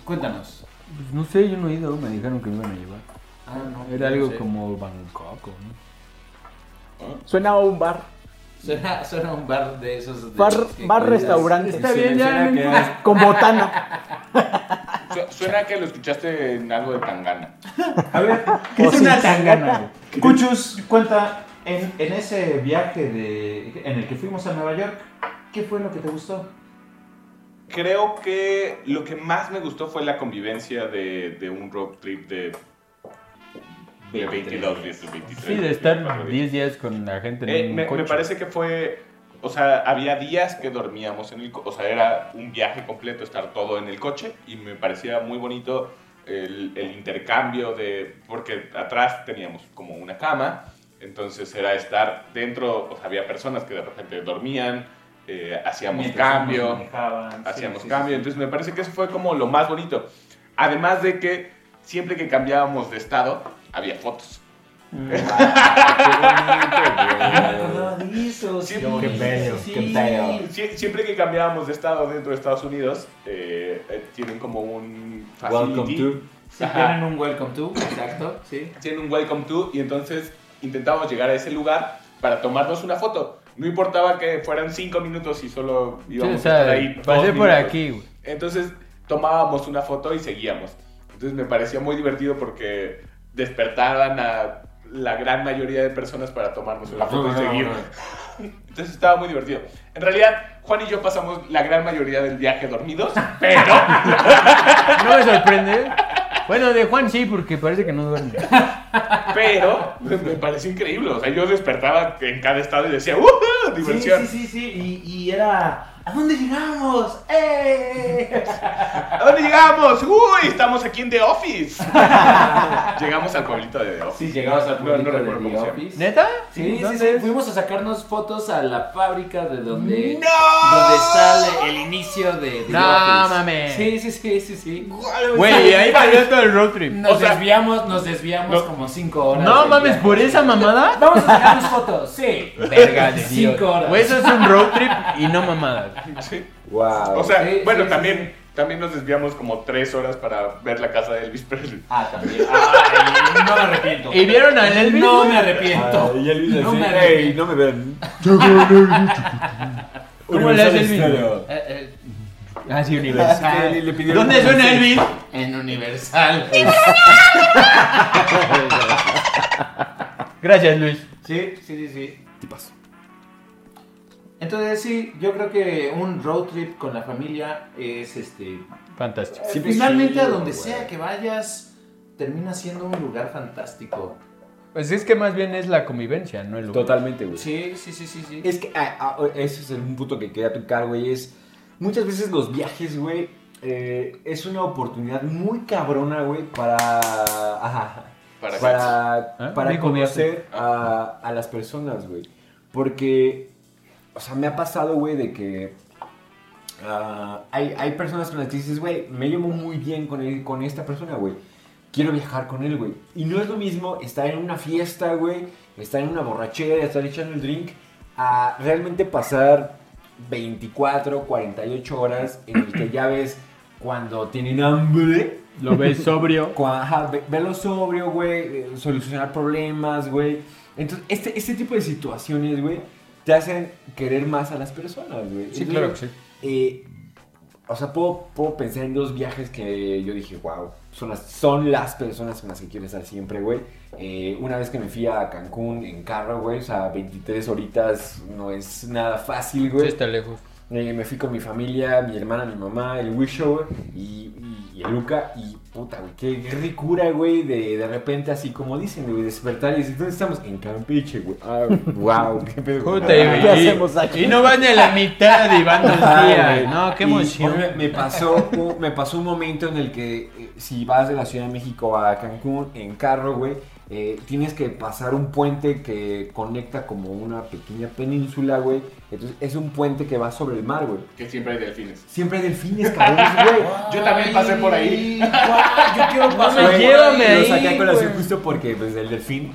Cuéntanos.
Pues no sé, yo no he ido, me dijeron que me iban a llevar.
Ah, no,
Era
no
algo
sé.
como Bangkok, ¿no?
Suena a un bar.
Suena, suena un bar de esos. de
Bar,
los que
bar
cuidas.
restaurante.
Está bien, ya.
Suena
no
que
importa.
es-
Con botana.
Su- Suena que lo escuchaste en algo de Tangana.
A ver,
¿Qué es una tangana, güey?
Cuchus, cuenta, en, en ese viaje de, en el que fuimos a Nueva York, ¿qué fue lo que te gustó?
Creo que lo que más me gustó fue la convivencia de, de un road trip de, de 22 días, de 23.
Sí, de
24
estar
días.
10 días con la gente en
Eh,
un
me, me
coche.
parece que fue. O sea, había días que dormíamos en el coche. O sea, era un viaje completo estar todo en el coche. Y me parecía muy bonito el, el intercambio de. Porque atrás teníamos como una cama. Entonces era estar dentro. O sea, había personas que de repente dormían. eh, hacíamos
Mientras
cambio
nos manejaban, sí,
hacíamos
sí,
cambio. Entonces me parece que eso fue como lo más bonito. Además de que siempre que cambiábamos de estado, había fotos.
este
No, de eso, sí.
Siempre,
bello,
Sí.
qué bello.
sie- siempre que cambiábamos de estado dentro de Estados Unidos, eh, eh, tienen como un
Welcome
facility.
to.
Sí, tienen un welcome to, exacto, sí.
tienen un welcome to y entonces intentamos llegar a ese lugar para tomarnos una foto. No importaba que fueran cinco minutos y solo
Sí,
íbamos
o
a
sea,
estar ahí. dos
pasé por
minutos.
aquí, güey.
Entonces tomábamos una foto y seguíamos. Entonces me parecía muy divertido porque despertaban a la gran mayoría de personas para tomarnos una foto y seguir. Entonces estaba muy divertido. En realidad, Juan y yo pasamos la gran mayoría del viaje dormidos, pero
No me sorprende. Bueno, de Juan sí, porque parece que no duerme.
Pero me pareció increíble. O sea, yo despertaba en cada estado y decía, ¡Uh!
Sí,
Diversión.
sí, sí, sí. Y, y era. ¿A dónde llegamos? ¡Eh!
¿A dónde llegamos? ¡Uy! Estamos aquí en The Office. Llegamos al pueblito de The Office.
Sí, llegabas al
No,
público
no
de
recuerdo
The
cómo se
Office.
¿Neta?
Sí, sí, sí. Fuimos a sacarnos fotos a la fábrica de donde,
¡No!
donde está el, el inicio de. de
No,
Office.
mames.
Sí, sí, sí, sí, sí.
Güey, ahí valió todo el road trip.
Nos
O sea,
desviamos, nos desviamos
no.
como 5 horas.
No
del
mames,
viaje.
por esa mamada.
Vamos a sacarnos fotos, sí.
Verga de Dios.
Cinco horas.
Güey, eso es un road trip y no mamadas.
Sí.
Wow.
O sea,
Sí,
bueno,
sí,
también, también nos desviamos como tres horas para ver la casa de Elvis Presley.
Ah, también. Ay, no me arrepiento.
¿Y vieron a Elvis?
No
güey?
me arrepiento.
Ay, y Elvis
No
así,
me
"Ey,
arrepiento.
no me ven.
¿Cómo le hace Elvis?
Estéreo.
Eh, eh,
Ah, sí, Universal.
Le- le pidieron-
¿Dónde suena Elvis?
en Universal.
Gracias, Luis.
Sí, sí, sí, sí. Entonces sí, yo creo que un road trip con la familia es este.
Fantástico.
Siempre
finalmente
chido,
a donde
güey.
sea que vayas, termina siendo un lugar fantástico.
Pues es que más bien es la convivencia, no el lugar.
Totalmente, güey.
Sí, sí, sí, sí, sí.
Es que ah, ah, ese es el- un punto que quería tocar, güey. Es muchas veces los viajes, güey, eh, es una oportunidad muy cabrona, güey, para. ajá,
Para-
para para,
¿Eh? Dijo
conocer a, a las personas, güey. Porque, o sea, me ha pasado, güey, de que ah, hay, hay personas con las que dices, güey, me llevo muy bien con, él, con esta persona, güey. Quiero viajar con él, güey. Y no es lo mismo estar en una fiesta, güey, estar en una borrachera, estar echando el drink, a realmente pasar 24, 48 horas en el que ya ves cuando tienen hambre,
Lo ves sobrio.
Cu- Ajá, ve- verlo sobrio, güey, eh, solucionar problemas, güey. Entonces, este, este tipo de situaciones, güey, te hacen querer más a las personas, güey.
Sí,
Entonces,
claro que sí.
eh, o sea, puedo, puedo pensar en dos viajes que yo dije, wow, son las, son las personas con las que quiero estar siempre, güey. Eh, una vez que me fui a Cancún en carro, güey, o sea, 23 horitas no es nada fácil,
Sí,
güey.
está lejos.
Eh, me fui con mi familia, mi hermana, mi mamá, el Wisho güey, y, y, y el Luca. Y puta, güey, qué, qué ricura, güey. De, de repente, así como dicen, güey, despertar y decir, ¿dónde estamos? En Campeche, güey. Ah, wow, qué pedo.
Puta,
güey.
güey.
¿Qué hacemos aquí?
Y no van ni a la mitad y van dos
Ah,
días.
güey.
No, qué
Y,
emoción.
oye, me, pasó, un- me pasó un momento en el que eh, si vas de la Ciudad de México a Cancún en carro, güey, eh, tienes que pasar un puente que conecta como una pequeña península, güey. Entonces es un puente que va sobre el mar, güey.
Que siempre hay delfines.
Siempre hay delfines, cabrones, güey.
Yo también pasé por ahí.
Guau, yo quiero pasar.
me
por
llévame
ahí.
ahí,
Lo saqué a colación
güey.
justo porque, pues, el delfín.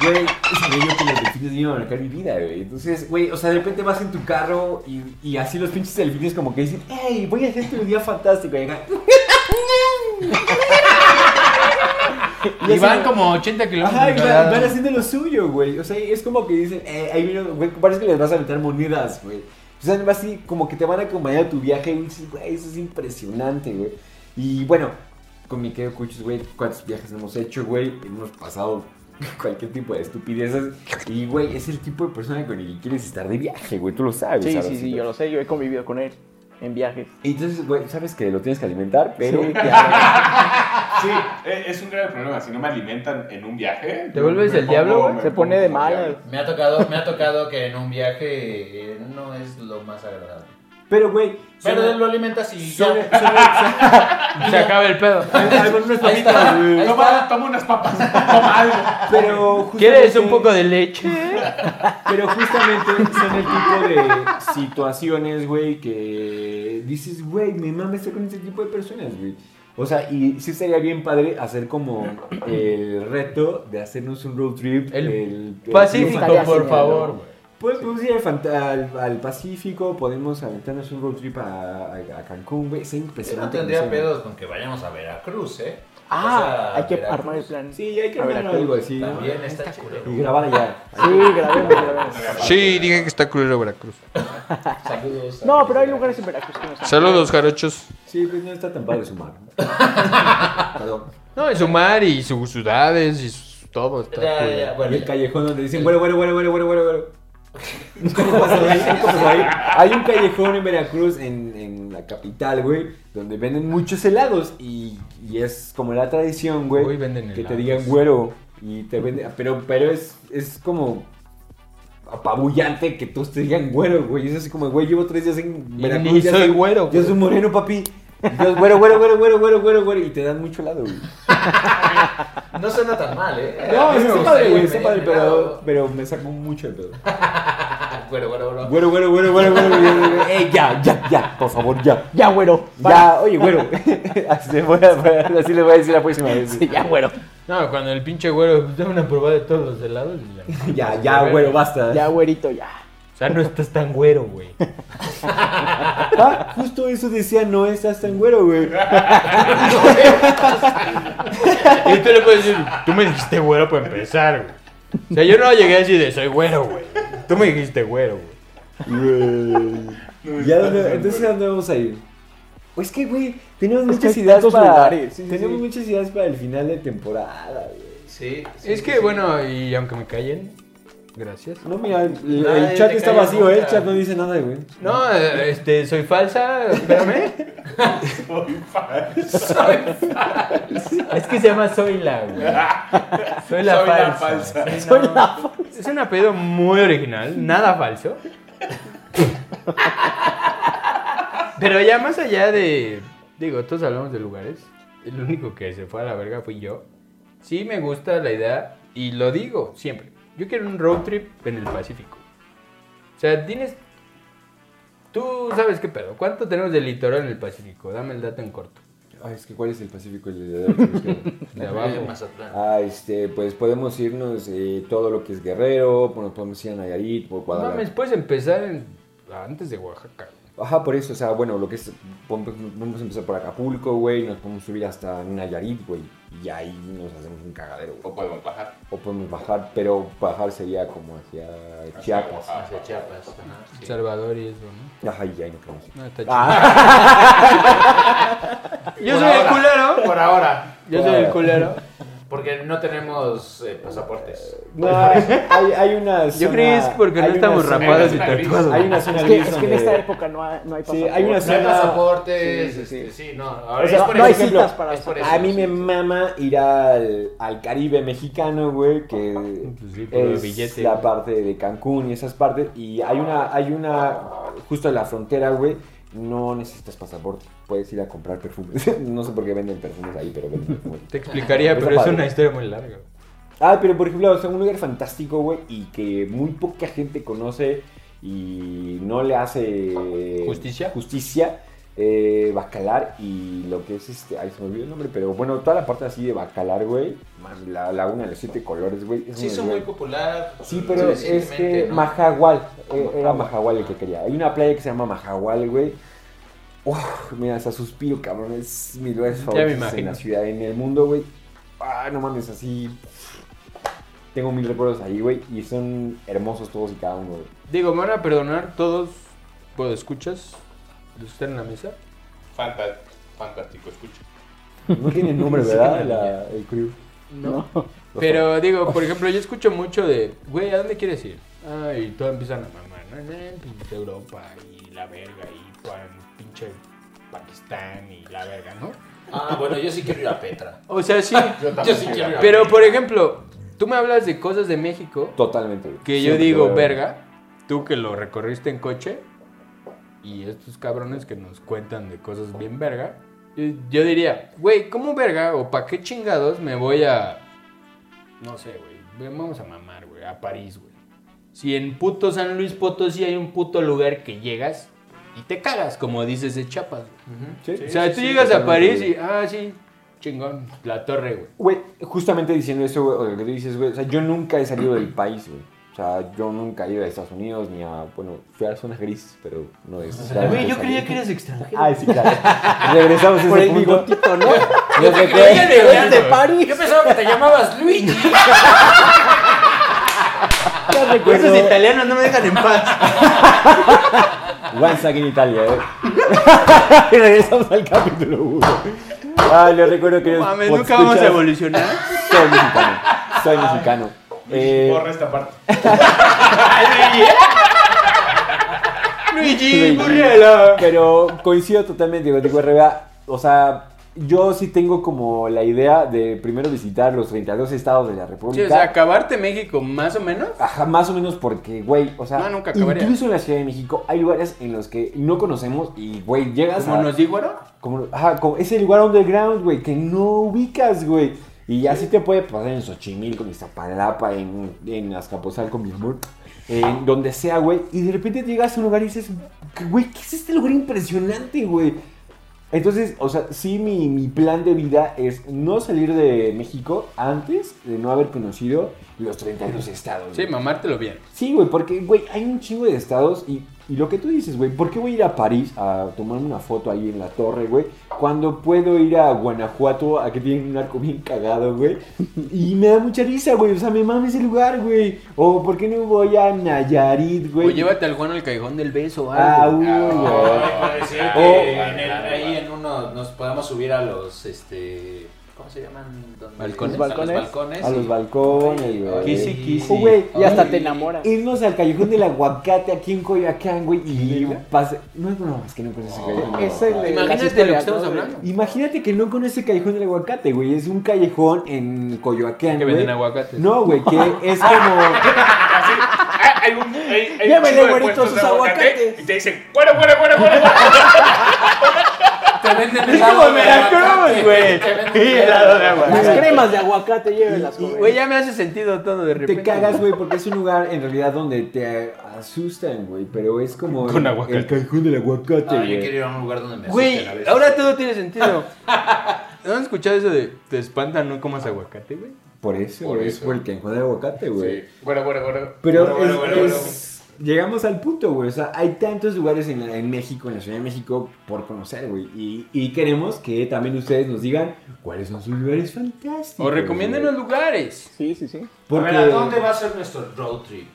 Güey, sabía yo que los delfines me iban a marcar mi vida, güey. Entonces, güey, o sea, de repente vas en tu carro y, y así los pinches delfines como que dicen, hey, voy a hacerte un día fantástico. Y, acá,
Y van como 80
Ajá, y
kilómetros.
van,
cada
van
uno.
haciendo lo suyo, güey. O sea, es como que dicen, eh, ahí vino, güey, parece que les vas a meter monedas, güey. O sea, además sí, como que te van a acompañar a tu viaje y dices, güey, eso es impresionante, güey. Y bueno, con mi querido Cuchis, güey, cuántos viajes hemos hecho, güey. Hemos pasado cualquier tipo de estupideces. Y, güey, es el tipo de persona con el que quieres estar de viaje, güey. Tú lo sabes.
Sí,
¿sabes?
sí, sí, yo lo sé, yo he convivido con él en viajes.
Entonces, güey, sabes que lo tienes que alimentar, pero...
Sí, claro.
Sí, e- es un grave problema. Si no me alimentan en un viaje.
¿Te vuelves
me
el diablo, güey?
me
Se pone de
como
malas.
diablo.
Me ha tocado, me ha tocado que en un viaje eh, no es lo más agradable.
Pero, güey...
Pero
suena-
lo alimentas y
suena-
ya.
suena-
Se acaba el pedo.
Algunas
Ahí está,
papitas, güey.
ahí
No,
está.
va, toma unas papas, toma algo.
Pero justamente-
¿Quieres un poco de leche?
Pero justamente son el tipo de situaciones, güey, que dices, güey, mi mamá está con este tipo de personas, güey. O sea, y sí sería bien padre hacer como el reto de hacernos un road trip.
El
Estaría
Pacífico,
genial,
por
¿no?
favor. güey.
Pues podemos ir al, Fanta- al, al Pacífico, podemos aventarnos un road trip a, a- a Cancún, güey. Es
Yo no
impresionante.
tendría
como
pedos con que vayamos a Veracruz, ¿eh?
Ah,
O sea,
hay que
Veracruz
armar el plan.
sea. Sí, hay que
A ver,
ver
acá.
algo así. ¿no?
También está chido.
Y grabar allá.
Sí, grabemos, grabemos.
Sí, dije que está culero Veracruz.
Saludos. a-
No, pero hay lugares en Veracruz que no están.
Saludos, jarochos.
Sí, pues no está tan padre su mar. Perdón.
No, y su mar y sus ciudades y sus- todo. Está
Ya,
culero.
ya, bueno.
y el callejón donde dicen, bueno, bueno, bueno, bueno, bueno, bueno, bueno. ¿Cómo pasó ahí? ¿Cómo pasó ahí? Hay un callejón en Veracruz, en, en la capital, güey, donde venden muchos helados y, y es como la tradición, güey,
Hoy venden
que te
helados.
digan güero y te venden, pero, pero es, es como apabullante que todos te digan güero, güey, es así como, güey, llevo tres días en Veracruz,
ni
ya
soy güero,
yo
güey.
soy moreno, papi, yo, güero, güero, güero, güero, güero, güero, güero, y te dan mucho helado, güey.
No suena tan mal, ¿eh?
No,
A mí me
está
gustaría
padre, güey,
que
está
me
padre,
dieran
pero,
helado.
pero me sacó mucho el pedo.
Ah, Güero, güero, güero.
Güero, güero, güero, güero, güero, güero, güero. Eh, ya, ya, ya, por favor, ya.
Ya, güero.
Ya, oye, güero. Así, le voy a- así le voy a decir la próxima vez.
Sí, ya, güero.
No, cuando el pinche güero da una probada de todos los helados. y ya.
Ya, ya, güero, basta.
Ya, güerito, ya.
O sea, no estás tan güero, güey.
Ah, justo eso decía, no estás tan güero, güey.
Y tú le puedes decir, tú me dijiste güero para empezar, güey. O sea, yo no llegué así de soy güero, güey. Tú me dijiste güero, güey.
Güey. Ya, ¿dónde- entonces, ¿a dónde vamos a ir? Pues que, güey, tenemos
Es que
muchas
hay
ideas
tantos
para...
lugares, sí, sí,
tenemos
sí.
muchas ideas para el final de temporada, güey.
Sí, sí,
es que,
sí.
bueno, y aunque me callen, gracias.
No, mira, el,
Nadie
el chat
te
está
cayó
vacío, ¿eh? El
nunca.
chat no dice nada, güey.
No, eh, este, soy falsa, espérame. Es que se llama Soyla, güey. Soy la
Soy la
falsa.
falsa.
Sí, no. Es un apellido muy original, nada falso. Pero ya más allá de. Digo, todos hablamos de lugares. El único que se fue a la verga fui yo. Sí me gusta la idea y lo digo siempre. Yo quiero un road trip en el Pacífico. O sea, tienes. Tú sabes qué pedo. ¿Cuánto tenemos de litoral en el Pacífico? Dame el dato en corto.
Ay, es que ¿cuál es el Pacífico? El de- de-
De
Eh,
abajo.
Mazatlán.
Ah, este, pues podemos irnos eh, todo lo que es Guerrero, pues, nos podemos ir a Nayarit, por
No
Guadalajara.
mames, puedes empezar en- antes de Oaxaca. güey.
Ajá, por eso, o sea, bueno, lo que es, pon- podemos empezar por Acapulco, güey, nos podemos subir hasta Nayarit, güey, y ahí nos hacemos un cagadero, güey.
O podemos bajar.
O podemos bajar, pero bajar sería como hacia Chiapas.
Hacia Chiapas. ajá, sí.
Salvador y eso, ¿no?
Ajá, y ahí nos podemos ir.
No, está chido. Yo soy el culero.
Por ahora,
Yo soy el culero.
porque no tenemos eh, pasaportes.
No, hay, hay una zona,
Yo creí es porque no
hay una
estamos
zona-
rapados
Hay
y
una gris.
tatuados.
Hay una
Es
zona
que,
gris
es que en
donde-
esta época no hay, no hay
Sí,
pasaporte.
hay una
No hay
zona...
pasaportes,
Sí, sí, sí.
este, sí, no.
O
Ahora
sea,
es por
no hay
ejemplo,
citas para
es por
A
eso,
mí
sí.
me mama ir al, al Caribe mexicano, güey, que
Pues sí, por el
es
billete,
la
güey.
parte de Cancún y esas partes. Y hay una, hay una, justo en la frontera, güey, no necesitas pasaporte. Puedes ir a comprar perfumes. no sé por qué venden perfumes ahí, pero venden perfumes.
Te explicaría,
Está
pero es
padre.
una historia muy larga.
Ah, pero por ejemplo, o sea, un lugar fantástico, güey, y que muy poca gente conoce y no le hace
¿Justicia?
justicia, eh, Bacalar y lo que es este, ay, se me olvidó el nombre, pero bueno, toda la parte así de Bacalar, güey, más la laguna de los siete colores, güey. es
Se
uno
hizo
de los
muy
lugares-
popular.
Sí, pero es que
recientemente, ¿no?
Majagual, eh, era Majagual el que quería. Hay una playa que se llama Majagual, güey. Uf, mira, hasta suspiro, cabrón. Es mi lugar favorito en
imagino.
la ciudad, en el mundo, güey. Ah, no mames, así. Tengo mil recuerdos ahí, güey. Y son hermosos todos y cada uno, güey.
Digo, me van a perdonar todos, ¿puedo escuchas? ¿Los que están en la mesa?
Fanta- Fantástico, escucha.
No tienen nombre, ¿verdad? La- el crew.
No.
Pero digo, por ejemplo, yo escucho mucho de, güey, ¿a dónde quieres ir? Ah, y todos empiezan a mamar, no, no, pues, Europa y la verga y pan, pinche Pakistán y la verga, ¿no?
Ah, bueno, yo sí quiero ir a Petra.
O sea, sí,
Ah,
Yo sí quiero ir a
pero
Petra.
por ejemplo, tú me hablas de cosas de México
Totalmente, güey.
que yo
Siempre,
digo,
güey.
verga, tú que lo recorriste en coche y estos cabrones que nos cuentan de cosas bien verga, yo, yo diría, güey, ¿cómo verga o pa' qué chingados me voy a... No sé, güey, ve- vamos a mamar, güey, a París, güey. Si en puto San Luis Potosí hay un puto lugar que llegas y te cagas, como dices de Chiapas. güey.
Sí,
o sea,
sí,
tú
sí,
llegas a
totalmente,
París
güey.
y, ah, sí, chingón, la torre, güey.
Güey, justamente diciendo eso, güey, o lo que tú dices, güey, o sea, yo nunca he salido del país, güey. O sea, yo nunca he ido a Estados Unidos ni a, bueno, fui a la zona gris, pero no es.
Güey, yo creía que eres extranjero.
Ay, Ah, sí, claro. Regresamos a
Por
ese
el
punto.
bigotito, ¿no?
Yo
Pues
sé
creía
que...
de-
Es de París.
Yo pensaba que te llamabas Luigi.
Ya recuerdo.
Esos italianos no me dejan en paz.
Once again Italia, eh. y regresamos al capítulo 1. Ah, le recuerdo que eres
Mames, nunca vamos a
escuchas-
evolucionar.
Soy mexicano. Soy mexicano. Eh,
Borra esta parte.
Sí.
Luigi, Muriela. Pero coincido totalmente contigo, Reba. O sea, yo sí tengo como la idea de primero visitar los 32 estados de la
Sí, o sea,
República.
acabarte México más o menos.
Ajá, más o menos porque, güey, o sea,
No, nunca acabaría.
incluso en la Ciudad de México hay lugares en los que no conocemos y, güey, llegas
Como
a...
nos digo, ¿no?
Como, ajá, como- es el lugar underground, güey, que no ubicas, güey. Y así te puede pasar en Xochimilco, en Iztapalapa, en, en Azcapotzalco, mi amor. En donde sea, güey. Y de repente llegas a un lugar y dices, güey, ¿qué es este lugar impresionante, güey? Entonces, o sea, sí, mi, mi plan de vida es no salir de México antes de no haber conocido los 32 estados.
Sí,
güey.
mamártelo bien.
Sí, güey, porque, güey, hay un chingo de estados y, y lo que tú dices, güey, ¿por qué voy a ir a París a tomarme una foto ahí en la torre, güey? Cuando puedo ir a Guanajuato a que tienen un arco bien cagado, güey. Y me da mucha risa, güey, o sea, me mames ese lugar, güey. O ¿por qué no voy a Nayarit,
O
güey?
llévate al Juan al callejón del beso o
Ah,
algo.
uy, güey.
Puede ser que
Oh.
en el- ahí en uno nos podamos subir a los, este, ¿cómo se llaman? Donde-
Balcones.
A los balcones.
A
y-
los balcones, güey.
Kissy, kissy.
Oh, güey,
Ah.
Y hasta te enamoras.
Irnos al callejón del aguacate aquí en Coyoacán, güey, y pase... No, no, es que no conoces el callejón. del
Es el de
Aguacate.
las
Imagínate
historias,
lo que estamos
¿no?
hablando.
Imagínate que no conoce el callejón del aguacate, güey. Es un callejón en Coyoacán.
Que venden
güey.
aguacates.
No, güey, que es como.
Así, ah, hay un. Hay, hay
Llévele,
un chingo de
güerito,
puestos de
sus aguacates.
Y te dicen, bueno, bueno, bueno, bueno.
Te venden el
Es como
agua de
Veracruz,
aguacate.
güey. Sí, helado de
Las
aguacate.
cremas de aguacate, llévelas,
Y-
joven.
Güey, ya me hace sentido todo de
Te
repente.
cagas, güey, porque es un lugar en realidad donde te asustan, güey. Pero es como.
Con
el-
aguacate.
El callejón del aguacate,
Ah, yo quiero
güey.
ir a un lugar donde me
Güey,
asusten a veces.
ahora todo tiene sentido. ¿No han escuchado eso de te espanta no comas aguacate, güey?
Por eso,
Por
güey, es
eso.
por el callejón del aguacate, güey.
Bueno, bueno, bueno.
Pero
Bueno, bueno,
es-
bueno, bueno.
es- llegamos al punto, güey. O sea, hay tantos lugares en, la- en México, en la Ciudad de México, por conocer, güey. Y, y queremos que también ustedes nos digan cuáles son sus lugares fantásticos.
O recomiéndenos
güey.
lugares.
Sí, sí, sí.
Porque...
A ver, ¿a dónde va a ser nuestro road trip?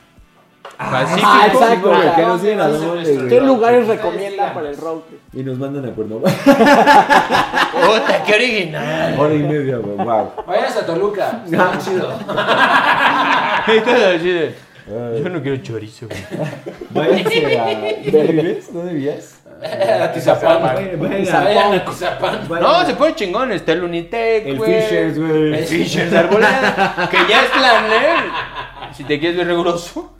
Pacífico.
Ah,
exacto,
exacto,
güey. Que
¿a
nos digan a
dónde va a
dónde,
ser
¿Qué
nuestro
güey.
lugares
ustedes
recomiendan
digan.
para el road trip?
Y nos mandan a acuerdo.
Puta, qué original.
Hora y media, güey. Wow.
Vayas a Toluca. Está muy chido.
Y todo así de, Yo no quiero chorizo, güey.
Váyanse a... ¿Dónde vives? ¿Dónde vivías?
A Tizapán.
Vayan a-
Vayan a Tizapán.
No, se pone chingón. Está el Unitec,
El
güey.
Fishers,
El
güey.
Fishers de Arboleda. que ya es planel. Si te quieres ver riguroso.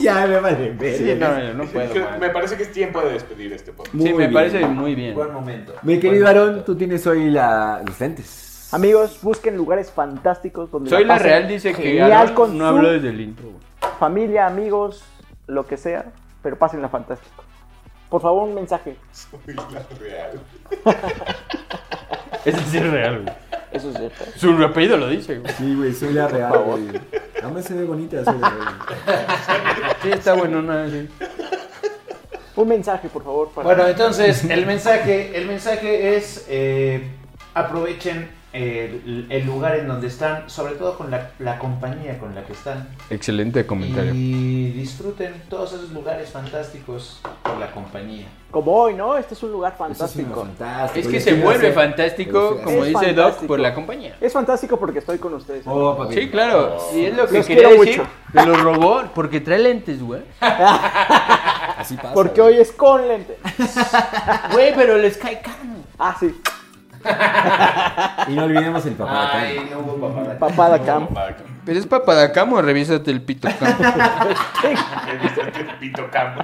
Ya me vale, ver.
Sí, no, no, no puedo.
Creo-
man.
me parece que es tiempo de despedir este podcast.
Sí, me
bien.
parece muy bien.
Buen momento.
Mi querido Aarón, tú tienes hoy la... los lentes.
Amigos, busquen lugares fantásticos donde
Soy la
pasen
real, dice que
genial
Aarón
con
no
su
habló desde el intro. güey.
familia, amigos, lo que sea, pero pásenla fantástico. Por favor, un mensaje.
Uy, la real.
Eso sí es real, güey.
Eso es cierto.
Su apellido lo dice, güey.
Sí, güey, soy la real, güey. Nada más se ve bonita, soy la real.
Sí, está bueno, nada. sí.
Un mensaje, por favor. Para...
Bueno, entonces el mensaje, el mensaje es eh, aprovechen eh, el, el lugar en donde están, sobre todo con la, la compañía con la que están
Excelente comentario.
y disfruten todos esos lugares fantásticos con la compañía.
como hoy, ¿no? Este es un lugar
Eso es
fantástico.
fantástico.
Es que se vuelve fantástico,
Es
como dice Doc,
fantástico.
por la compañía.
Es fantástico porque estoy con ustedes.
Oh, papi.
Sí, claro. Y es lo que
Los
quería
quiero
decir.
mucho.
Te lo robó porque trae lentes, güey.
Así pasa.
porque hoy es con lente.
Güey, pero les cae caro.
Ah, sí.
Y no olvidemos el papá.
Ay, no hubo paparata.
Papada Cam.
Pero es papadacamo, revísate el pito cam.
Pito Campo.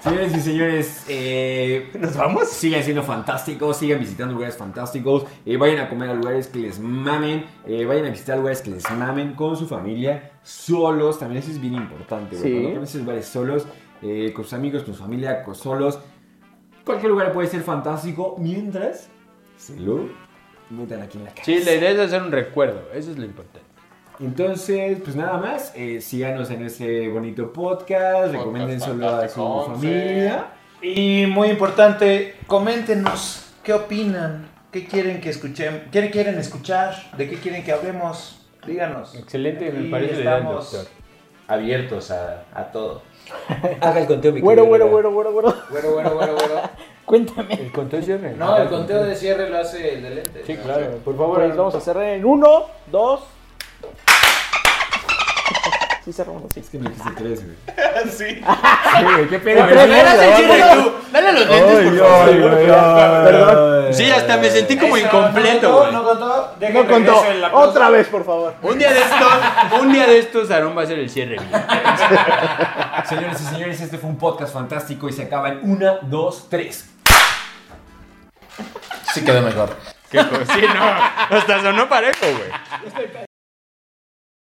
Señores y señores, eh, ¿nos vamos? Sigan siendo fantásticos, sigan visitando lugares fantásticos, eh, vayan a comer a lugares que les mamen, eh, vayan a visitar lugares que les mamen con su familia, solos, también eso es bien importante, güey.
Sí.
Cuando comes en lugares solos, eh, con sus amigos, con su familia, con solos, cualquier lugar puede ser fantástico mientras se lo metan aquí en la casa.
Sí, la idea es hacer un recuerdo. Eso es lo importante.
Entonces, pues nada más, eh, síganos en este bonito podcast, recomienden solo a su
Fantástico,
familia.
Y muy importante, coméntenos qué opinan, qué quieren que escuchemos, qué quieren escuchar, de qué quieren que hablemos, díganos.
Excelente, me
Y
parece la idea del
Estamos
doctor.
abiertos a, a todo.
Haga el conteo, mi
Güero,
querido
güero,
Rivera.
güero, güero, güero.
Bueno, bueno, bueno, bueno.
Cuéntame.
El conteo cierre.
No, el conteo de cierre lo hace el de lentes.
Sí, claro. Por favor,
Pues vamos a cerrar en uno, dos. Sí cerramos así.
Es que me dijiste tres, güey.
Sí.
Sí, güey, ¿Qué pedo?
Pero
güey?
verás el cierre,
tú. Dale los lentes, por favor.
Perdón.
Sí, hasta me sentí como
Eso,
incompleto, güey.
No contó, no contó. Dejen
No contó.
regreso el aplauso.
Otra vez, por favor.
Un día de estos, un día de estos, Aarón va a hacer el cierre. güey.
Señores y señores, este fue un podcast fantástico y se acaba en una, dos, tres.
Sí quedó mejor.
Qué co- Sí, no. Hasta sonó parejo, güey.